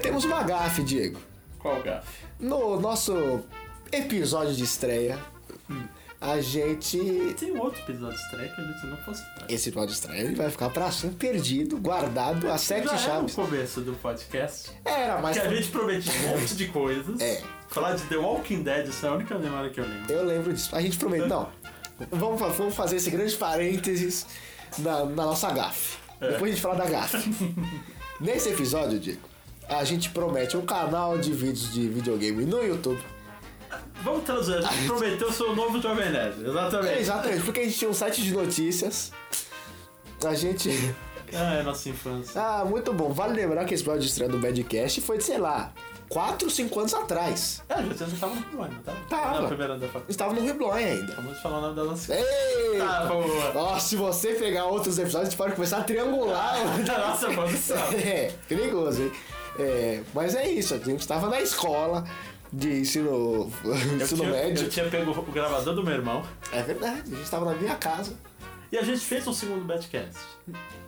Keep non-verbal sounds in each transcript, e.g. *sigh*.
tivemos uma gafe, Diego. Qual gafe? No nosso episódio de estreia, a gente. Tem um outro episódio estranho que a gente não fosse trazer. Esse episódio de estreia ele vai ficar pra sempre perdido, guardado a sete Já chaves. era o começo do podcast. Era, mas. que a gente prometia um monte de coisas. É. Falar de The Walking Dead, isso é a única memória que eu lembro. Eu lembro disso. A gente prometeu. Não. Vamos, fa- vamos fazer esse grande parênteses na, na nossa gafe. É. Depois a gente fala da *laughs* gafe. Nesse episódio, Diego, a gente promete um canal de vídeos de videogame no YouTube. Vamos trazer, a gente prometeu ser o novo Jovem Nerd. Exatamente. Exatamente, porque a gente tinha um site de notícias. A gente. Ah, é nossa infância. Ah, muito bom. Vale lembrar que esse episódio de estreia do Badcast foi de, sei lá, 4, 5 anos atrás. É, vocês não estavam no ano, tá? Tava. É Na primeira da faculdade. Estava no Reblon ainda. Vamos falar o nome da nossa. Ei! Tá, boa. Ó, se você pegar outros episódios, a gente pode começar a triangular. *laughs* Da *laughs* nossa produção. É, perigoso, hein? É, mas é isso, a gente estava na escola de ensino, *laughs* Eu ensino tinha, médio. eu tinha pego o gravador do meu irmão É verdade, a gente estava na minha casa. e a gente fez um segundo Badcast.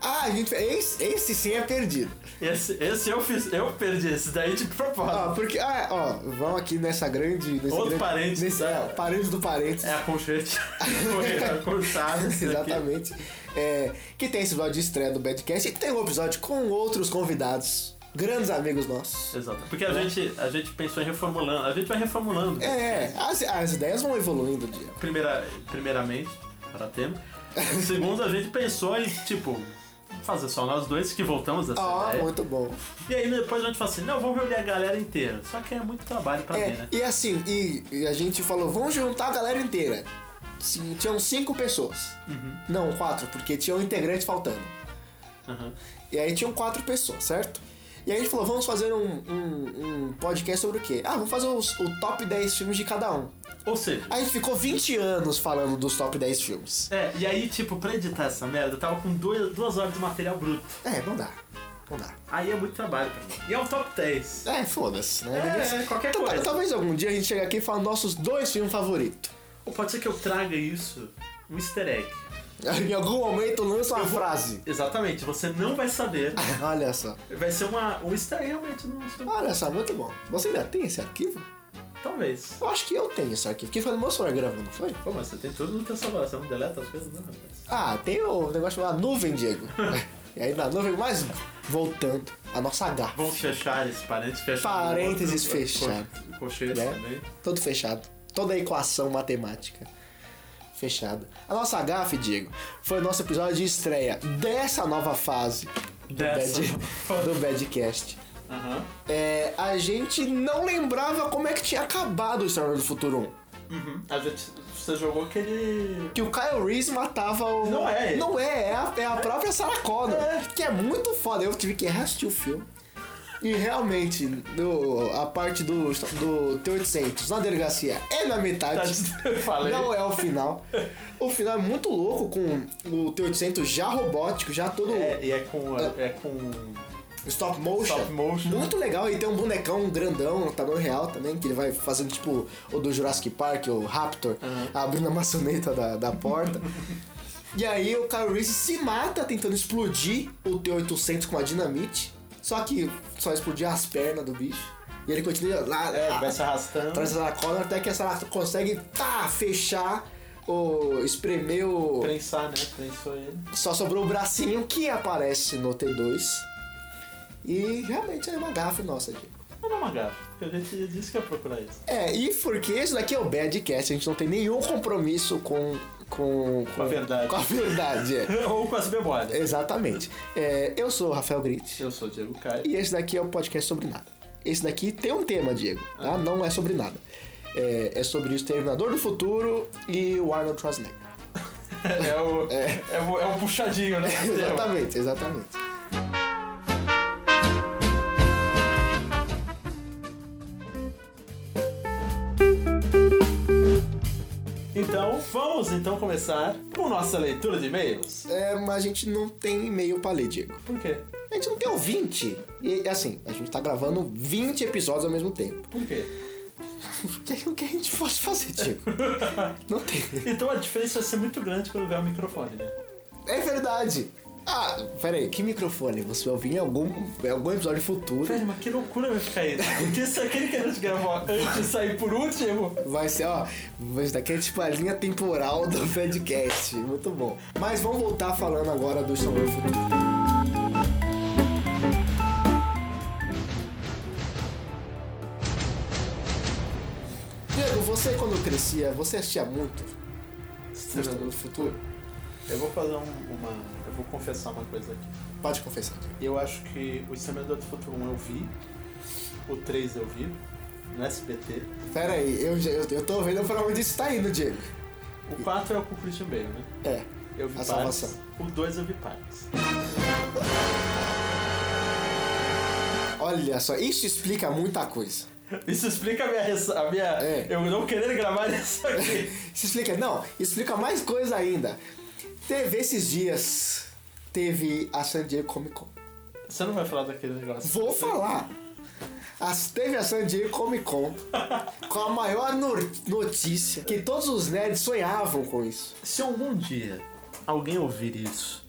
Ah, a gente, esse, esse sim é perdido. Esse, esse eu fiz, eu perdi esse daí de propósito. Ó, porque, ah, ó, vamos aqui nessa grande. Nesse Outro grande, parênteses, Nesse, né? é, o parênteses do parênteses. É a *laughs* conchete. Conchado. Exatamente. É, que tem esse episódio de estreia do Badcast e tem um episódio com outros convidados, grandes amigos nossos. Exato. Porque a gente, a gente pensou em reformulando. A gente vai reformulando. É, as, as ideias vão evoluindo, Diego. Primeira, primeiramente, para tema. Segundo, a gente pensou em, tipo, fazer só nós dois que voltamos a essa Ah, ideia. muito bom. E aí depois a gente fala assim, não, vamos reunir a galera inteira. Só que é muito trabalho pra mim, né? É, e assim, e, e a gente falou, vamos juntar a galera inteira. Sim, tinham cinco pessoas. Não, quatro, porque tinha um integrante faltando. Aham. E aí tinham quatro pessoas, certo? E aí a gente falou, vamos fazer um, um- um podcast sobre o quê? Ah, vamos fazer os- o top 10 filmes de cada um. Ou seja, A gente ficou 20 anos falando dos top 10 filmes. é, e aí, tipo, pra editar essa merda, eu tava com dois, duas horas de material bruto. É, não dá. Não dá. Aí é muito trabalho pra mim. E é um top 10. É, foda-se, né? É, Ninguém- é, qualquer Tal- coisa. Talvez algum dia a gente chegue aqui e fale nossos dois filmes favoritos. *laughs* Ou pode ser que eu traga isso, um easter egg. Em algum momento lança uma Eu vou- frase. *laughs* Exatamente, você não vai saber. Olha só. Vai ser uma, um easter egg realmente não sei. Olha só, muito bom. Você ainda tem esse arquivo? Talvez. Eu acho que eu tenho esse arquivo, porque foi no meu celular gravando, não foi? Pô, mas você tem tudo no teu celular, você não deleta as coisas, não, rapaz. Ah, tem o negócio chamado nuvem, Diego. *laughs* e aí na nuvem, mas voltando, a nossa garra. Vamos fechar esse parênteses, fechar. Parênteses outro- fechado. co- Cochete Né? também. Todo fechado. Toda a equação matemática. Fechada. A nossa gafe, Diego, foi o nosso episódio de estreia dessa nova fase do, Dessa bad, nova *laughs* fase. do Badcast. Aham. É, a gente não lembrava como é que tinha acabado o Star do Futuro Uhum. A gente. Você jogou aquele. 1. Que o Kyle Reese matava o. Não é. Não é, é a, é a própria Sarah Connor. Que é muito foda. Eu tive que reassistir o filme. E realmente, no- a parte do, do T-800 na delegacia é na metade. Tá Eu falei. Não é o final. O final é muito louco com o T-800 já robótico, já todo É, e é com. É, é com. stop, motion. Stop motion. Muito legal. E tem um bonecão grandão, no tamanho real também, que ele vai fazendo tipo o do Jurassic Park, o Raptor, abrindo a maçaneta da, da *laughs* porta. e aí o Kyle Reese se mata tentando explodir o T-800 com a dinamite. Só que só explodir as pernas do bicho. E ele continua lá. É, lá, vai se arrastando. atrás da Sarah Connor até que a Sarah consegue tá, fechar ou espremer o. Prensar, né? Prensou ele. Só sobrou o bracinho que aparece no T2. E realmente é uma gafe nossa aqui. Mas não é uma gafa, porque a gente disse que ia *laughs* procurar isso. É, e porque isso daqui é o Badcast, a gente não tem nenhum compromisso com. Com, Com a verdade. Com a verdade, é. Ou com as memórias. Exatamente. É, eu sou o Rafael Grit. Eu sou o Diego Caio. E esse daqui é o podcast sobre nada. Esse daqui tem um tema, Diego, tá? Não é sobre nada. É, é sobre o Exterminador do Futuro e o Arnold Schwarzenegger. É o, é. o, é o puxadinho, né? *laughs* Exatamente, exatamente. Então, vamos então começar com nossa leitura de e-mails. É, mas a gente não tem e-mail pra ler, Diego. Por quê? A gente não tem ouvinte. E assim, a gente tá gravando 20 episódios ao mesmo tempo. Por quê? O que, o que a gente pode fazer, Diego? não tem. Então a diferença vai ser muito grande quando vier o microfone, né? É verdade. Ah, peraí, que microfone? Você vai ouvir em algum, em algum episódio futuro. Velho, mas que loucura vai ficar isso. Porque isso aquele que a gente gravou antes de sair por último. Vai ser, ó, mas daqui é tipo a linha temporal do *laughs* podcast. Muito bom. Mas vamos voltar falando agora do Sabor Futuro. Diego, você quando crescia, você assistia muito Exterminador do Futuro? Eu vou fazer um- uma. Eu vou confessar uma coisa aqui. Pode confessar. Eu acho que o Exterminador do Futuro 1 eu vi, o 3 eu vi, no SBT. Pera aí, eu, já- eu, eu tô vendo pra onde isso tá indo, Diego. O 4 é o com o Christian Bale, né? É. Eu vi A partes. salvação. O 2 eu vi partes. Olha só, isso explica muita coisa. Isso explica a minha. res- A minha É. Eu não querer gravar *laughs* isso aqui. Isso explica, não, explica mais coisa ainda. Teve esses dias, teve a San Diego Comic Con. Você não vai falar daquele negócio. Vou Você- falar. As, teve a San Diego Comic Con com a maior nor- notícia que todos os nerds sonhavam com isso. Se algum dia alguém ouvir isso,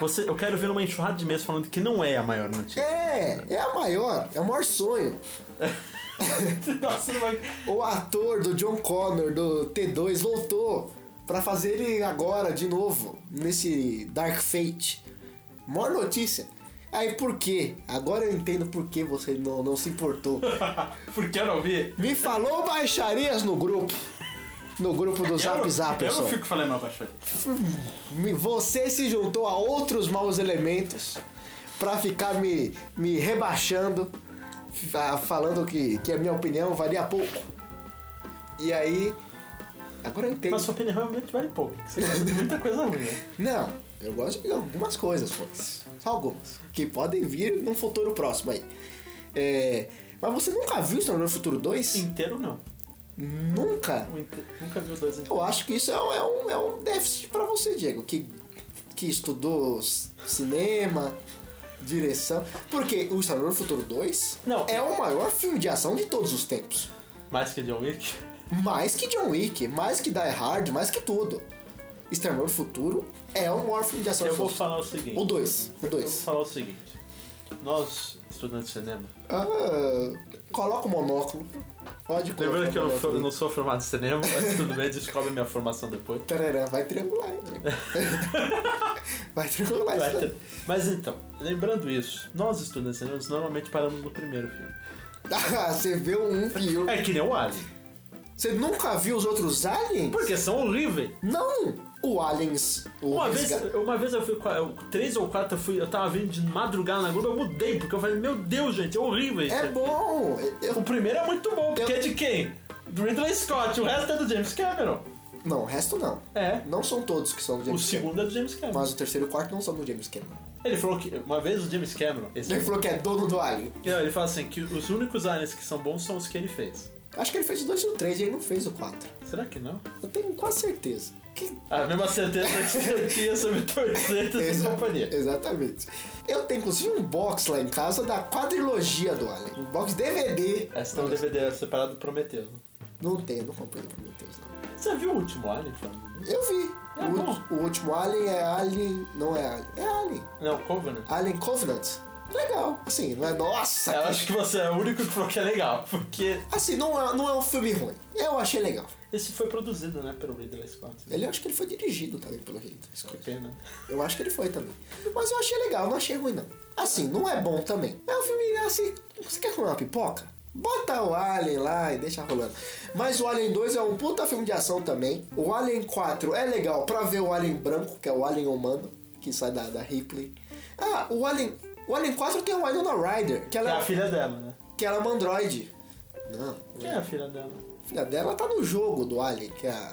você, eu quero ver uma enxurrada de mesa falando que não é a maior notícia. É, é a maior, é o maior sonho. É. *laughs* Nossa, não vai. O ator do John Connor do T2 voltou pra fazer ele agora de novo nesse Dark Fate. Maior notícia. Aí por quê? Agora eu entendo por que você não, não se importou. Por que eu não vi? Me falou baixarias no grupo. No grupo do Zap eu, Zap, Eu pessoal. não fico falando abaixo. Me- Você se juntou a outros maus elementos pra ficar me, me rebaixando, fa- falando que, que a minha opinião valia pouco. E aí. Agora eu entendo. Mas sua opinião realmente vale pouco. Você gosta de muita coisa ruim. né? *laughs* Não, eu gosto de algumas coisas, pô. Só algumas. Que podem vir num futuro próximo aí. É, mas você nunca viu Exterminador do Futuro 2? Inteiro não. Nunca? O inte- Nunca vi o dois inteiro. Eu acho que isso é um, é um, é um déficit pra você, Diego, que, que estudou c- cinema, direção. Porque o Exterminador do Futuro 2 Não. é o maior filme de ação de todos os tempos. Mais que John Wick. Mais que John Wick, mais que Die Hard, mais que tudo. Exterminador do Futuro é o maior filme de ação Eu de vou todos. falar o seguinte. O 2. O Eu vou 2. falar o seguinte. Nós, estudantes de cinema, Ah, coloca o monóculo. Pode colocar. lembrando o Tá que eu não monóculo. sou- eu não sou formado em cinema, mas tudo bem, descobre minha formação depois. Tarará, vai triangular, hein, *laughs* Diego? Vai triangular Vai isso ter- daí. Mas então, lembrando isso, nós estudantes cinemas normalmente paramos no primeiro filme. *laughs* Ah, você vê um e o É que nem o Alien. Você nunca viu os outros aliens? Porque são horríveis. Não! O Aliens. O Uma vez, resga- uma vez eu fui com a- eu- três ou quatro, eu, fui, eu tava vindo de madrugada na Globo, eu mudei, porque eu falei, meu Deus, gente, é horrível isso. É aqui." bom! O Eu- primeiro é muito bom, porque Eu- é de quem? Do Ridley Scott, o resto é do James Cameron. Não, o resto não. É. Não são todos que são do O James Cameron. segundo é do James Cameron. Mas o terceiro e o quarto não são do James Cameron. Ele falou que uma vez o James Cameron. *laughs* esse- Ele falou que é dono do Alien. Não, ele fala assim: que os únicos aliens que são bons são os que ele fez. Acho que ele fez o 2 e o 3 e ele não fez o 4. Será que não? Ah, Eu tenho quase certeza. Que A mesma certeza que eu *laughs* tinha sobre torcetas e Exa- companhia. *laughs* Exatamente. Eu tenho inclusive um box lá em casa da quadrilogia do Alien. Um box DVD. Essa tem um DVD separado do Prometeu. Não tem, eu não comprei pra meu Deus, não. Você viu o último Alien, Flamengo? Eu vi. É o, bom. ú- o último Alien é Alien. Não é Alien. É Alien. Não, Covenant. Alien Covenant. Legal. Assim, não é. Nossa! Eu cara. acho que você é o único que falou que é legal, porque Assim, não é, não é um filme ruim. Eu achei legal. esse foi produzido, né, pelo Ridley Scott. Ele eu acho que ele foi dirigido também pelo Ridley Que Scott. pena. Eu acho que ele foi também. Mas eu achei legal, não achei ruim não. Assim, não é bom também. É um filme assim. Você quer comer uma pipoca? Bota o Alien lá e deixa rolando. Mas o Alien 2 é um puta filme de ação também. O Alien 4 é legal pra ver o Alien branco, que é o Alien humano, que sai da, da Ripley. Ah, o Alien. O Alien 4 tem o Winona Ryder, que É a ela, filha dela, né? que ela é uma androide. Não, Quem é a filha dela? a filha dela tá no jogo do Alien, que é a.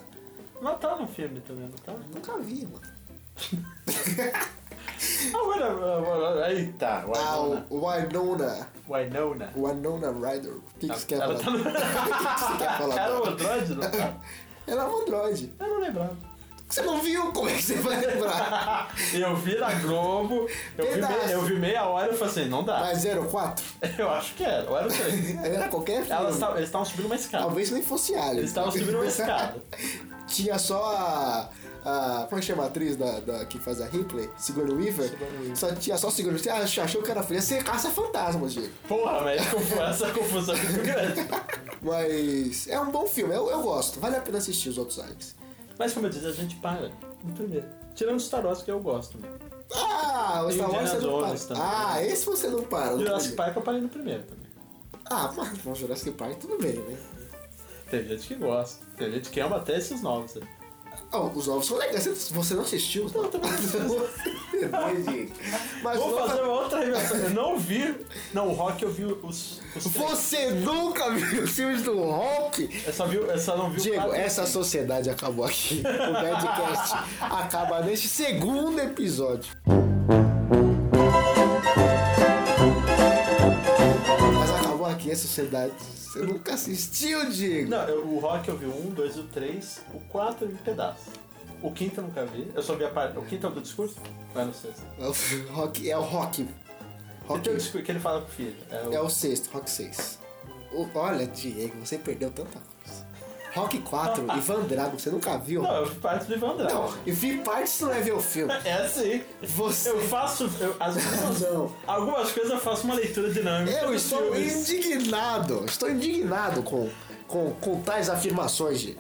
Não tá no filme também, não tá? Nunca vi, mano. Agora, agora, aí tá, Ah, Winona. o Winona. Winona. Winona Ryder. O que, que você quer Ela falar? tá no... O que você quer *laughs* falar Era o dela? Android, não tá? Ela é um androide. Eu não lembrava. Você não viu? Como é que você vai lembrar? *laughs* Eu vi na Globo, eu vi, Pedaço. meia, eu vi meia hora e falei assim, não dá. *laughs* Mas 04? Eu acho que era, ou era o três. Era qualquer filme. Elas tavam- Eles tá- estavam subindo uma escada. Talvez nem fosse Alien. Eles estavam subindo uma escada. Tinha só a, a. Como é que chama a atriz da, da- que faz a Ripley? Sigourney Weaver? Sigourney Weaver. Só tinha só Sigourney Weaver. Você achou- achou que era fria? Você caça fantasma, Diego. Porra, mas confu- essa confusão é muito grande. Mas é um bom filme, eu, eu gosto. Vale a pena assistir os outros aliens. Mas como eu disse, a gente para no primeiro. Tirando Star Wars, que eu gosto. Né? Ah, o E Star Wars você Indiana não para. Jones também. Ah, esse você não para. não pode. Jurassic Park eu parei no primeiro também. Ah, mas no Jurassic Park tudo bem, né? Tem gente que gosta, tem gente que ama até esses novos. Né? Ah, os novos são legais. Você- Você não assistiu? Não, também não *laughs* gente. Mas Vou nova- fazer uma outra revelação. Eu não vi. Não, o Rock eu vi os. os três. Você nunca viu os filmes do Hulk? Eu só, vi, eu só não vi o Diego, é quatro e o essa cinco. sociedade acabou aqui. *laughs* O podcast acaba neste segundo episódio. Mas acabou aqui a sociedade. Você nunca assistiu, Diego? Não, eu- o Rock eu vi o 1, 2 e o 3, o 4 eu vi pedaço. O quinto eu nunca vi, eu só vi a parte. O quinto é o do discurso? Vai no sexto. É o rock, é o rock. Quinto é o rock discurso que ele fala com o filho. É o, é o sexto, rock 6. olha, Diego, você perdeu tanta coisa. Rock *laughs* 4, Ivan Drago, você nunca viu? Não, eu vi parte do Ivan Drago. Não, e vi partes não é ver o filme. *laughs* É assim. Você. Eu faço. eu- as duas- Não. algumas coisas eu faço uma leitura dinâmica. Eu um dos estou filmes. indignado, estou indignado com, com, com tais afirmações. De,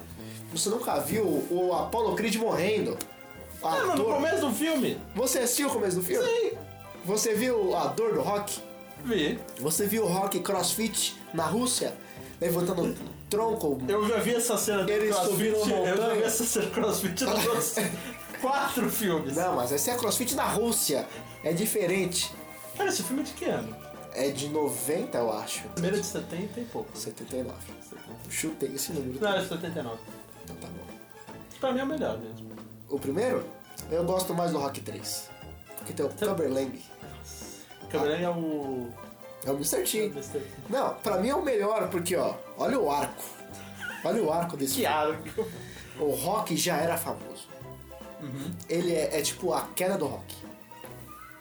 você nunca viu o, o Apollo Creed morrendo? A Ah, mas no dor- começo do filme? Você assistiu o começo do filme? Sim. Você viu a dor do rock? Vi. Você viu o rock crossfit na Rússia? Levantando tronco? Eu já vi essa cena do Eles crossfit. subiram a Eu já vi montanha. essa cena do *laughs* crossfit nos quatro filmes. Não, mas esse é crossfit na Rússia. É diferente. Cara, esse filme é de que ano? É de 90, eu acho. Primeiro de 70 e pouco. 79. Chutei esse número. Não, era de 79. Tá bom. Pra mim é o melhor mesmo. O primeiro, eu gosto mais do Rock 3. Porque tem o Então- Cumberland. Cabernet é o. É o Mr. T. Mr. Não, pra mim é o melhor, porque ó, olha o arco. Olha o arco desse Que filme. arco. O rock já era famoso. Ele é, é tipo a queda do rock.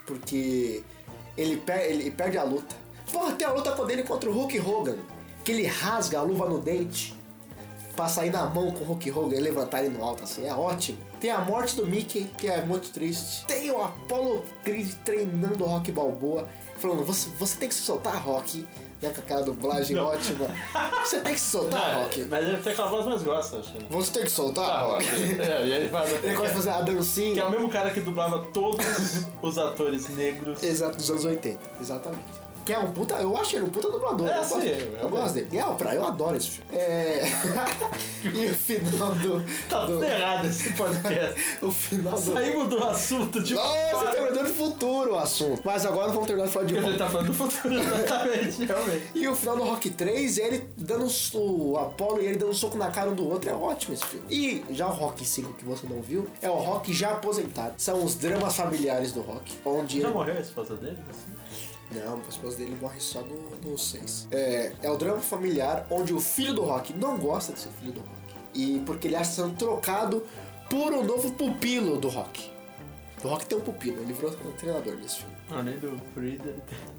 Porque ele, per- ele perde a luta. Porra, tem a luta com- dele contra o Hulk Hogan. Que ele rasga a luva no dente pra sair na mão com o Hulk Hogan e levantar ele no alto, assim, é ótimo. Tem a morte do Mickey, que é muito triste. Tem o Apollo Creed treinando o Rock Balboa, falando, você, você tem que se soltar, Rock. Né, com aquela dublagem ótima. Você tem que se soltar, Não, Rock. Mas ele tem aquela voz mais grossa, acho. né? Você tem que soltar, Rock. É, e ele faz. Ele gosta de fazer a dancinha. Que é o mesmo cara que dublava todos os atores negros. Exato, dos anos 80. Exatamente. Que é um puta. Eu acho ele um puta dublador. É, eu gosto, sim, eu é. gosto dele. E é, pra, eu adoro esse filme. É. *laughs* e o final do. Tá do- tudo errado esse *laughs* podcast. O final do. Saímos do assunto de. Nossa, um terminou do futuro o assunto. Mas agora vamos terminar de falar de Porque a gente rock. tá falando *laughs* do futuro, exatamente, realmente. E o final do Rock 3, ele dando um so- o Apollo e ele dando um soco na cara um do outro, é ótimo esse filme. E já o Rock 5 que você não viu, é o Rock já aposentado. São os dramas familiares do Rock, onde Já ele- morreu a esposa dele? Assim? Não, a esposa dele morre só no, no 6. É, é o drama familiar onde o filho do Rock não gosta de ser filho do Rock. E porque ele acha sendo trocado por um novo pupilo do Rock. O Rock tem um pupilo, ele virou um treinador nesse filme. Não, nem do Creed.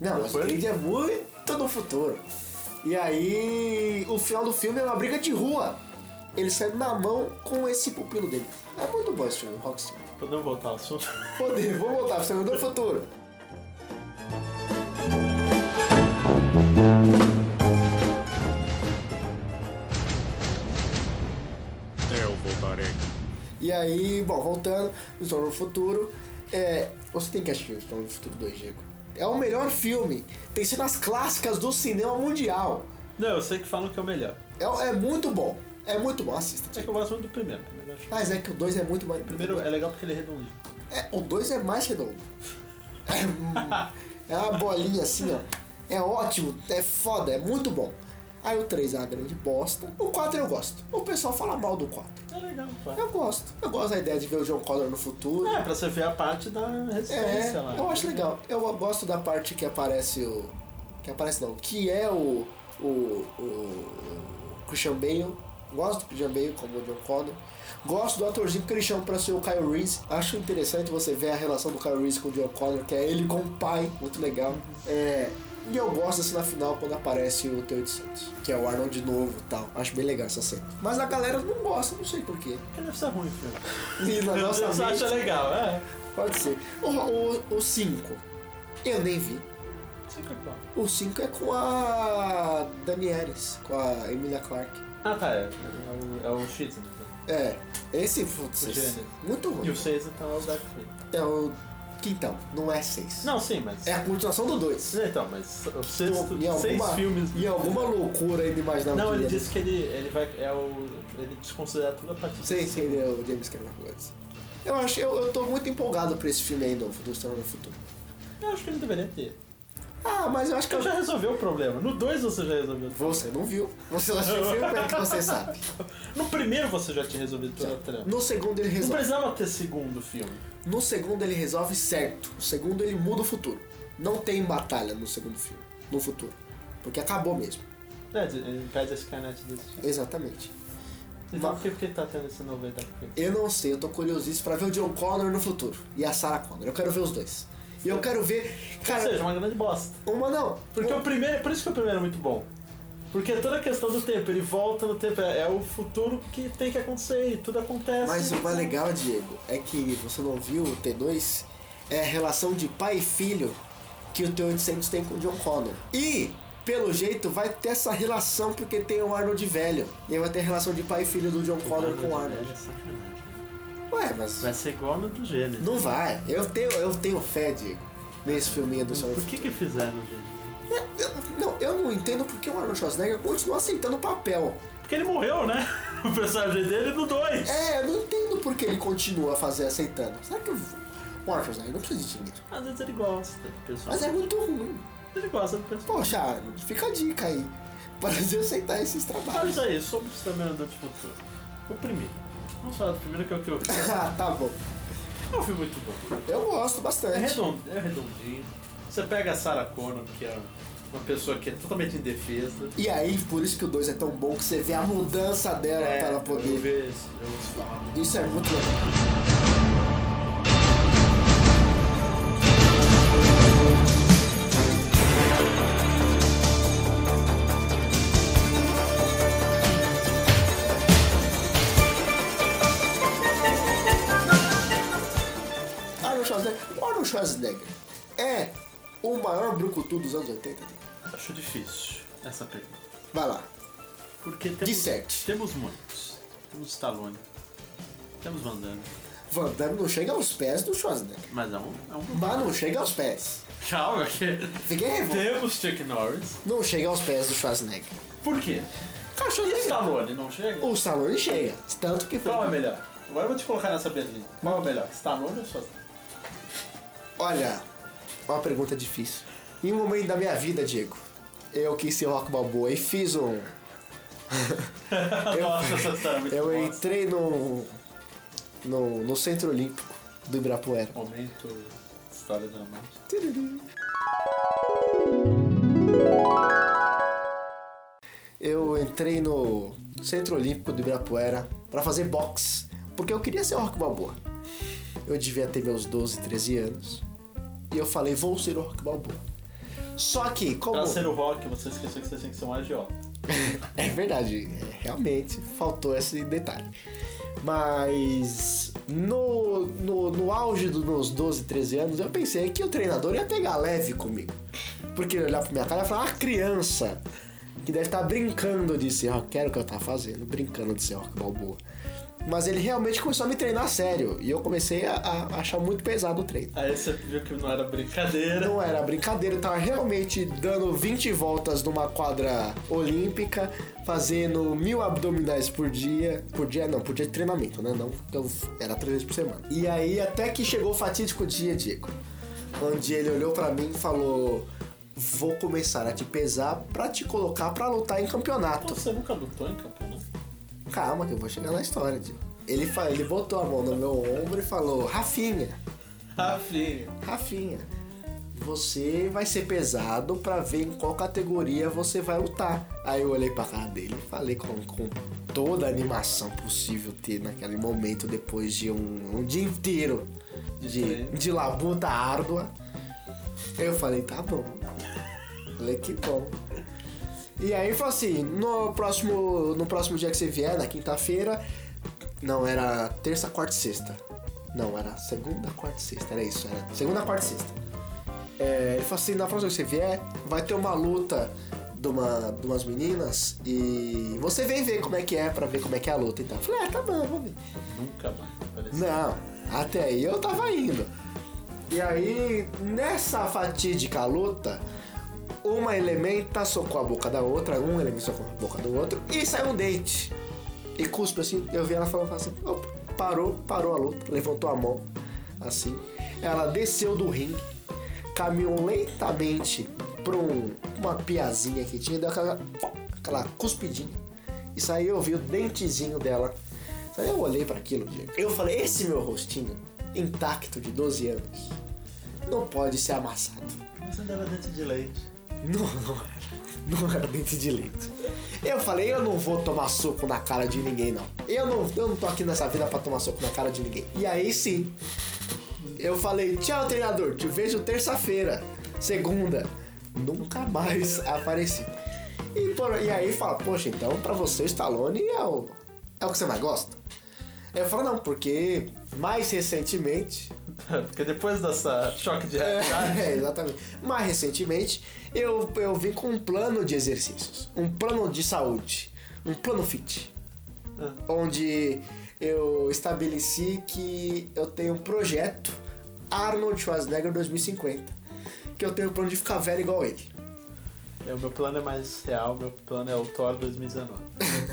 Não, Do mas o Creed? Creed é muito no futuro. E aí, o final do filme é uma briga de rua. Ele sai na mão com esse pupilo dele. É muito bom esse filme, Rock 5. Podemos voltar ao assunto? Poder, vou voltar pro Senador Futuro. Eu voltarei. E aí, bom, voltando, o Senador do Futuro. É, você tem que assistir o Senador do Futuro 2, Diego. É o melhor filme. Tem cenas clássicas do cinema mundial. Não, eu sei que falam que é o melhor. É, é muito bom. É muito bom, assista. É que Diego. eu gosto muito do primeiro. primeiro eu acho- Mas é que o 2 é muito mais. O primeiro é legal porque ele é redondinho. É, o 2 é mais redondo. É, hum, é uma bolinha assim, ó. É ótimo, é foda, é muito bom. Aí o 3 é uma grande bosta. O 4 eu gosto. O pessoal fala mal do 4. É legal, pá. Eu gosto. Eu gosto da ideia de ver o John Connor no futuro. É, pra você ver a parte da resistência É, lá. eu acho legal. Eu gosto da parte que aparece o. Que aparece não, que é o. O. O. Christian Bale. Gosto do Christian Bale como o John Connor. Gosto do atorzinho que ele chama pra ser o Kyle Reese. Acho interessante você ver a relação do Kyle Reese com o John Connor, que é ele com o pai. Muito legal. É. E eu gosto assim na final quando aparece o Teo de Santos, que é o Arnold de novo e tal. Acho bem legal essa cena. Mas a galera não gosta, não sei porquê. Porque deve ser ruim o filme. E na nossa Você acha mente, legal, é? pode ser. O 5, eu nem vi. Sempre bom. O 5 é com a Danielis, com a Emilia Clarke. Ah, tá, é. É o, é o Cheats, né? É, esse, putz, O gênio. muito E ruim. o 6, então, é o Dark Fate. É o quintão, não é 6. Não, sim, mas... É a continuação do 2. Então, mas o sexto, Em seis alguma, filmes... em alguma loucura aí de imaginar Não, que ele ia- disse que ele, ele vai... É o, ele desconsidera toda a parte do Sei, sei, filme. é o James Cameron Woods. Eu acho, eu, eu tô muito empolgado pra esse filme aí novo, do Estrela do Futuro. Eu acho que ele deveria ter. Ah, mas eu acho que eu Eu já já... resolvi o problema. No 2 você já resolveu. Você não viu. Você não assistiu o filme, como é que você sabe? No primeiro você já tinha resolvido toda a trama. No segundo ele Não resolve. precisava ter segundo filme. No segundo ele resolve certo. No segundo ele muda o futuro. Não tem batalha no segundo filme, no futuro. Porque acabou mesmo. É, de- ele impede a Skynet de existir. Exatamente. Então Mas- por que, por que tá tendo esse novo aí da Queen? Eu não sei, eu tô curiosíssimo pra ver o John Connor no futuro. E a Sarah Connor. Eu quero ver os dois. E eu quero ver. Ou seja, Cara, uma grande bosta. uma não. Porque o primeiro. Por isso que o primeiro é muito bom. Porque toda a questão do tempo, ele volta no tempo, é é o futuro que tem que acontecer, e tudo acontece. Mas o mais legal, Diego, é que você não viu o T2, é a relação de pai e filho que o T800 tem com o John Connor. E, pelo jeito, vai ter essa relação porque tem o Arnold velho. E aí vai ter a relação de pai e filho do John Connor com o Arnold. Ué, mas Vai ser igual no do Gênesis. não vai. Eu tenho, eu tenho fé, Diego, nesse filminho do Senhor. Por que que fizeram o Gênesis? Eu- Não, eu não entendo porque o Arnold Schwarzenegger continua aceitando o papel. Porque ele morreu, *laughs* né? O personagem dele no 2. É, eu não entendo porque ele continua a fazer aceitando. Será que o o Arnold Schwarzenegger não precisa de dinheiro? Às vezes ele gosta do Mas é personagem. muito ruim. Ele gosta do personagem. Poxa, Arnold, fica a dica aí. Para de aceitar esses Olha trabalhos. *laughs* é isso aí, sobre o Exterminador de Futuro. O primeiro. Vamos falar do primeiro que é o que eu vi. ah, tá bom. É um filme muito bom. Eu gosto É, bastante. redondo, é redondinho. Você pega a Sarah Connor, que é uma pessoa que é totalmente indefesa. E aí, por isso que o 2 é tão bom que você vê a mudança dela para ela É, tá Eu, poder. vejo, eu ouço falar muito. Isso é muito legal. Arnold Schwarzenegger. O Arnold Schwarzenegger é o maior brucutu dos anos 80. Acho difícil essa pergunta. Vai lá. Porque temos, sete. temos muitos. Temos Stallone. Temos Van Damme. Van Damme não chega aos pés do Schwarzenegger. Mas é um... É um... Mas não chega aos pés. *laughs* Calma que... Fiquei revoltado. Temos Chuck Norris. Não chega aos pés do Schwarzenegger. Por quê? Cachorro E Stallone não chega? O Stallone chega. Tanto que foi. Qual é melhor? Agora eu vou te colocar nessa berlinda. Qual é melhor? Stallone ou Schwarzenegger? Olha, uma pergunta difícil. Em um momento da minha vida, Diego, eu quis ser rock balboa e fiz um. Nossa, essa história é muito Eu boa. entrei no, no. no Centro Olímpico do Ibirapuera. Momento, história dramática. Eu entrei no Centro Olímpico do Ibirapuera pra fazer boxe, porque eu queria ser um rock balboa. Eu devia ter meus 12, 13 anos. E eu falei, vou ser o rock balboa. Só que, como. Tá Pra ser o rock, você esqueceu que você tinha que ser um agiota. É verdade, é, realmente faltou esse detalhe. Mas no, no, no auge dos meus 12, 13 anos, eu pensei que o treinador ia pegar leve comigo. Porque ele olhava pra minha cara e falava, uma criança que deve estar brincando de ser rock, que era o que eu tava fazendo, brincando de ser rock balboa. Mas ele realmente começou a me treinar a sério, e eu comecei a, a achar muito pesado o treino. Aí você viu que não era brincadeira. Não Então, era brincadeira, eu tava realmente dando 20 voltas numa quadra olímpica, fazendo mil abdominais por dia. Por dia não, por dia de treinamento, né? Não, porque eu era três vezes por semana. E aí até que chegou o fatídico dia, Diego. Onde ele olhou pra mim e falou: Vou começar a te pesar pra te colocar pra lutar em campeonato. Você nunca lutou em campo, né? Calma que eu vou chegar na história, Diego. Ele, fa- ele botou a mão no meu ombro e falou: Rafinha, Ah, filho. Rafinha, você vai ser pesado pra ver em qual categoria você vai lutar. Aí eu olhei pra cara dele e falei com, com toda a animação possível ter naquele momento depois de um, um dia inteiro de, de labuta árdua. Eu falei, tá bom. Olha que bom. E aí falou assim, no próximo, no próximo dia que você vier, na quinta-feira, não, era terça, quarta e sexta. Não, era segunda, quarta e sexta, era isso, era segunda, quarta e sexta. É, ele falou assim, na próxima que você vier, vai ter uma luta de, uma, de umas meninas e você vem ver como é que é, pra ver como é que é a luta e tal. Eu falei, ah, tá bom, vamos ver. Nunca mais apareceu. Não, até aí eu tava indo. E aí, nessa fatídica luta, uma elementa socou a boca da outra, um elemento socou a boca do outro e saiu um dente. E cuspe assim, eu vi ela falando assim, opa, parou, parou a luta, levantou a mão, assim. Ela desceu do ringue, caminhou lentamente pra um- uma piazinha que tinha, deu aquela, aquela cuspidinha. Isso aí eu vi o dentezinho dela. Aí eu olhei pra aquilo, Diego. Eu falei, esse meu rostinho, intacto de 12 anos, não pode ser amassado. Você dava dente de leite. Não, não era. Não era dente de leite. Eu falei, eu não vou tomar soco na cara de ninguém, não. Eu não, eu não tô aqui nessa vida pra tomar soco na cara de ninguém. E aí sim. Eu falei, tchau, treinador, te vejo terça-feira. Segunda. Nunca mais apareci. E, por- e aí fala, poxa, então pra você, Stallone é o, é o que você mais gosta? Eu falo, não, porque mais recentemente É, Porque depois dessa choque de realidade, é, exatamente. Mas recentemente eu, eu vim com um plano de exercícios, um plano de saúde, um plano fit. É. Onde eu estabeleci que eu tenho um projeto Arnold Schwarzenegger 2050. Que eu tenho o plano de ficar velho igual ele. *laughs* é, o meu plano é mais real, meu plano é o Thor 2019.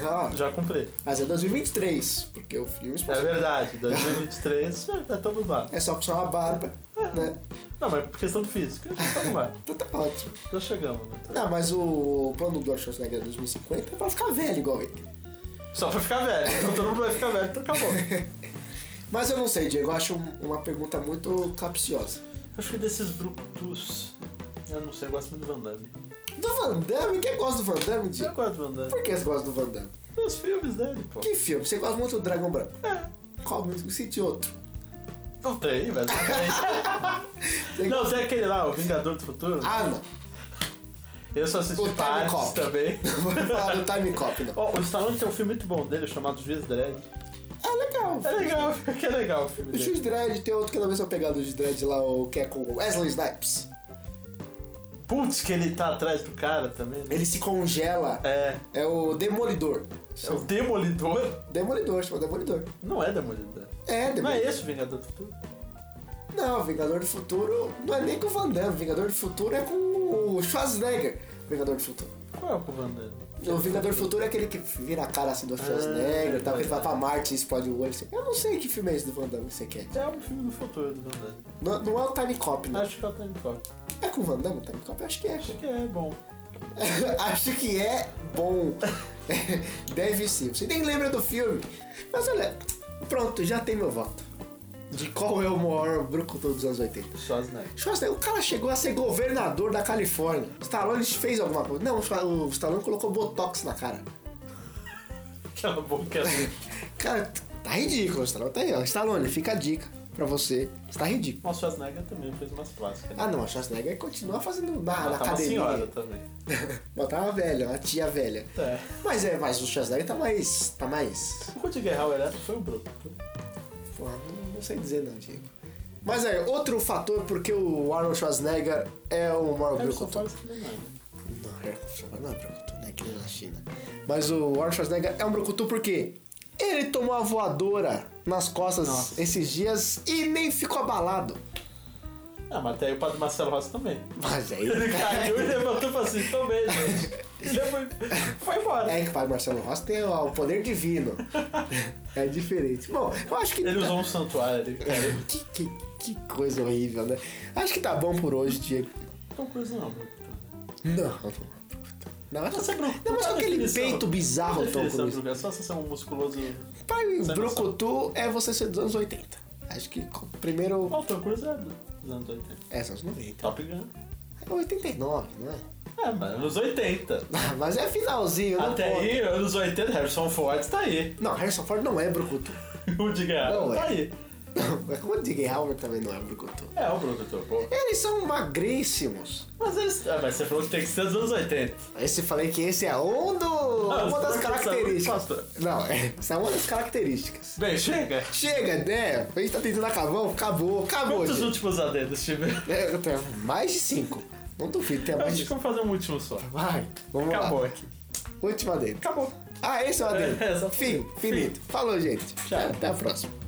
Ah, Já cumpri. Mas é 2023, porque o filme É verdade, 2023 é todo lá. é só puxar uma barba, né? Não, mas por questão física, já estamos lá. Então tá ótimo. Já chegamos. né? Não, mas o plano do Arnold Schwarzenegger 2050 é pra ficar velho igual ele. Só pra ficar velho. Então todo mundo vai ficar velho, então acabou. Mas eu não sei, Diego, eu acho um- uma pergunta muito capciosa. Acho que desses brutos. Eu não sei, eu gosto muito do Van Damme. Do Van Damme? Quem gosta do Van Damme, Eu Diego? gosto do Van Damme. Por que você gosta do Van Damme? Os filmes dele, pô. Que filme? Você gosta muito do Dragão Branco? É. Qual muito? Cite outro. Não tem, mas não *laughs* tem. não, tem aquele lá, o Vingador do Futuro. Ah, não. *laughs* Eu só assisti O Time partes Cop. também. Não vou falar do Time Cop, não. Ó, o Stallone tem um filme muito bom dele chamado Juiz Dredd. Ah, legal. É legal, *laughs* que é legal o filme O dele. Juiz Dredd tem outro que eu não vi se eu pegar do Juiz Dredd lá, o que é com o Wesley Snipes. Putz, que ele tá atrás do cara também. né? Ele se congela. É. É o Demolidor. É o Demolidor? Demolidor, chama Demolidor. Não é Demolidor. É, Não é Demolidor. esse o Vingador do Futuro? Não, Vingador do Futuro não é nem com o Van Damme. Vingador do Futuro é com o Schwarzenegger. Vingador do Futuro. Qual é o Van Damme? O Vingador Futuro é aquele que vira a cara assim do Schwarzenegger, tal, que ele vai pra Marte e explode o olho. assim. Eu não sei que filme é esse do Van Damme que você quer. É um filme do futuro do Van Damme. Não, não é o Time Cop, não. Acho que é o Time Cop. É com o Van Damme o Time Cop? Eu Acho que é. Acho que é bom. *laughs* Acho que é bom. *laughs* Deve ser. Você nem lembra do filme. Mas olha, pronto, já tem meu voto. De qual é o maior brucutu dos anos 80. *laughs* Schwarzenegger. Schwarzenegger, o cara chegou a ser governador da Califórnia. Stallone fez alguma coisa. Não, o Stallone colocou Botox na cara. Aquela boca assim. Cara, tá ridículo, Stallone. Tá aí, ó. Stallone, fica a dica pra você. Você tá ridículo. Mas o Schwarzenegger também fez umas plásticas. Né? Ah, não, a Schwarzenegger continua fazendo na, na Ela tá uma *laughs* senhora academia. também. Botar uma velha, uma tia velha. É. Mas é, mas o Schwarzenegger tá mais. tá mais. O Rudiger Hauer ereto foi o bruto. Porra, não, não sei dizer não, Diego. Mas é, outro fator porque o Arnold Schwarzenegger é o maior É, brucutu. só faz que não é. Não, Harrison Ford não é brucutu, né? Que nem na China. Mas o Arnold Schwarzenegger é um brucutu porque ele tomou a voadora nas costas Nossa. esses dias e nem ficou abalado. Ah, mas até aí o padre Marcelo Rossi também. Mas aí. Ele caiu e levantou e falou assim, também, gente. E depois foi embora. É que o padre Marcelo Rossi tem ó, o poder *laughs* divino. é diferente. Bom, eu acho que. É, Ele usou um santuário. É, Ele caiu. que, que, que coisa horrível, né? Acho que tá bom por hoje, Diego. Tom Cruise não, é um bruto. então. Não. Não, mas, Você é bruto. não, mas com Qual a aquele definição? peito bizarro, Qual a Tom definição, Cruise. Bruno? É só você ser um musculoso. Pra mim, Sem brucutu é você ser dos anos 80. Acho que co- primeiro... Ó, o Tom Cruise é dos anos 80. É, são os 90. Top Gun. É 89, não é? É, mas anos 80. Mas é finalzinho, não Até conta. aí, anos 80, Harrison Ford tá aí. *laughs* Não, Harrison Ford não é brucutu. *laughs* O de Não, tá é. aí. Mas como eu digo, Halmer também não é brucutu. É, o Brucutu, pô. Eles são magríssimos. Mas eles. Ah, mas você falou que tem que ser dos anos 80. Aí você falei que esse é um do... Ah, uma você das tá características. pensando, pastor. Não, é, isso é uma das características. Bem, chega! Chega, né? A gente tá tentando acabar, acabou, acabou. Quantos gente. últimos adendos tiveram? É, eu tenho mais de cinco. Não duvido, tem Eu mais acho de que cinco. vamos fazer um último só. Vai, vamos Acabou lá. aqui. Última dele. Acabou. Ah, esse é o adendo. É, só- Fim, finito. Falou, gente. Tchau. Até a próxima.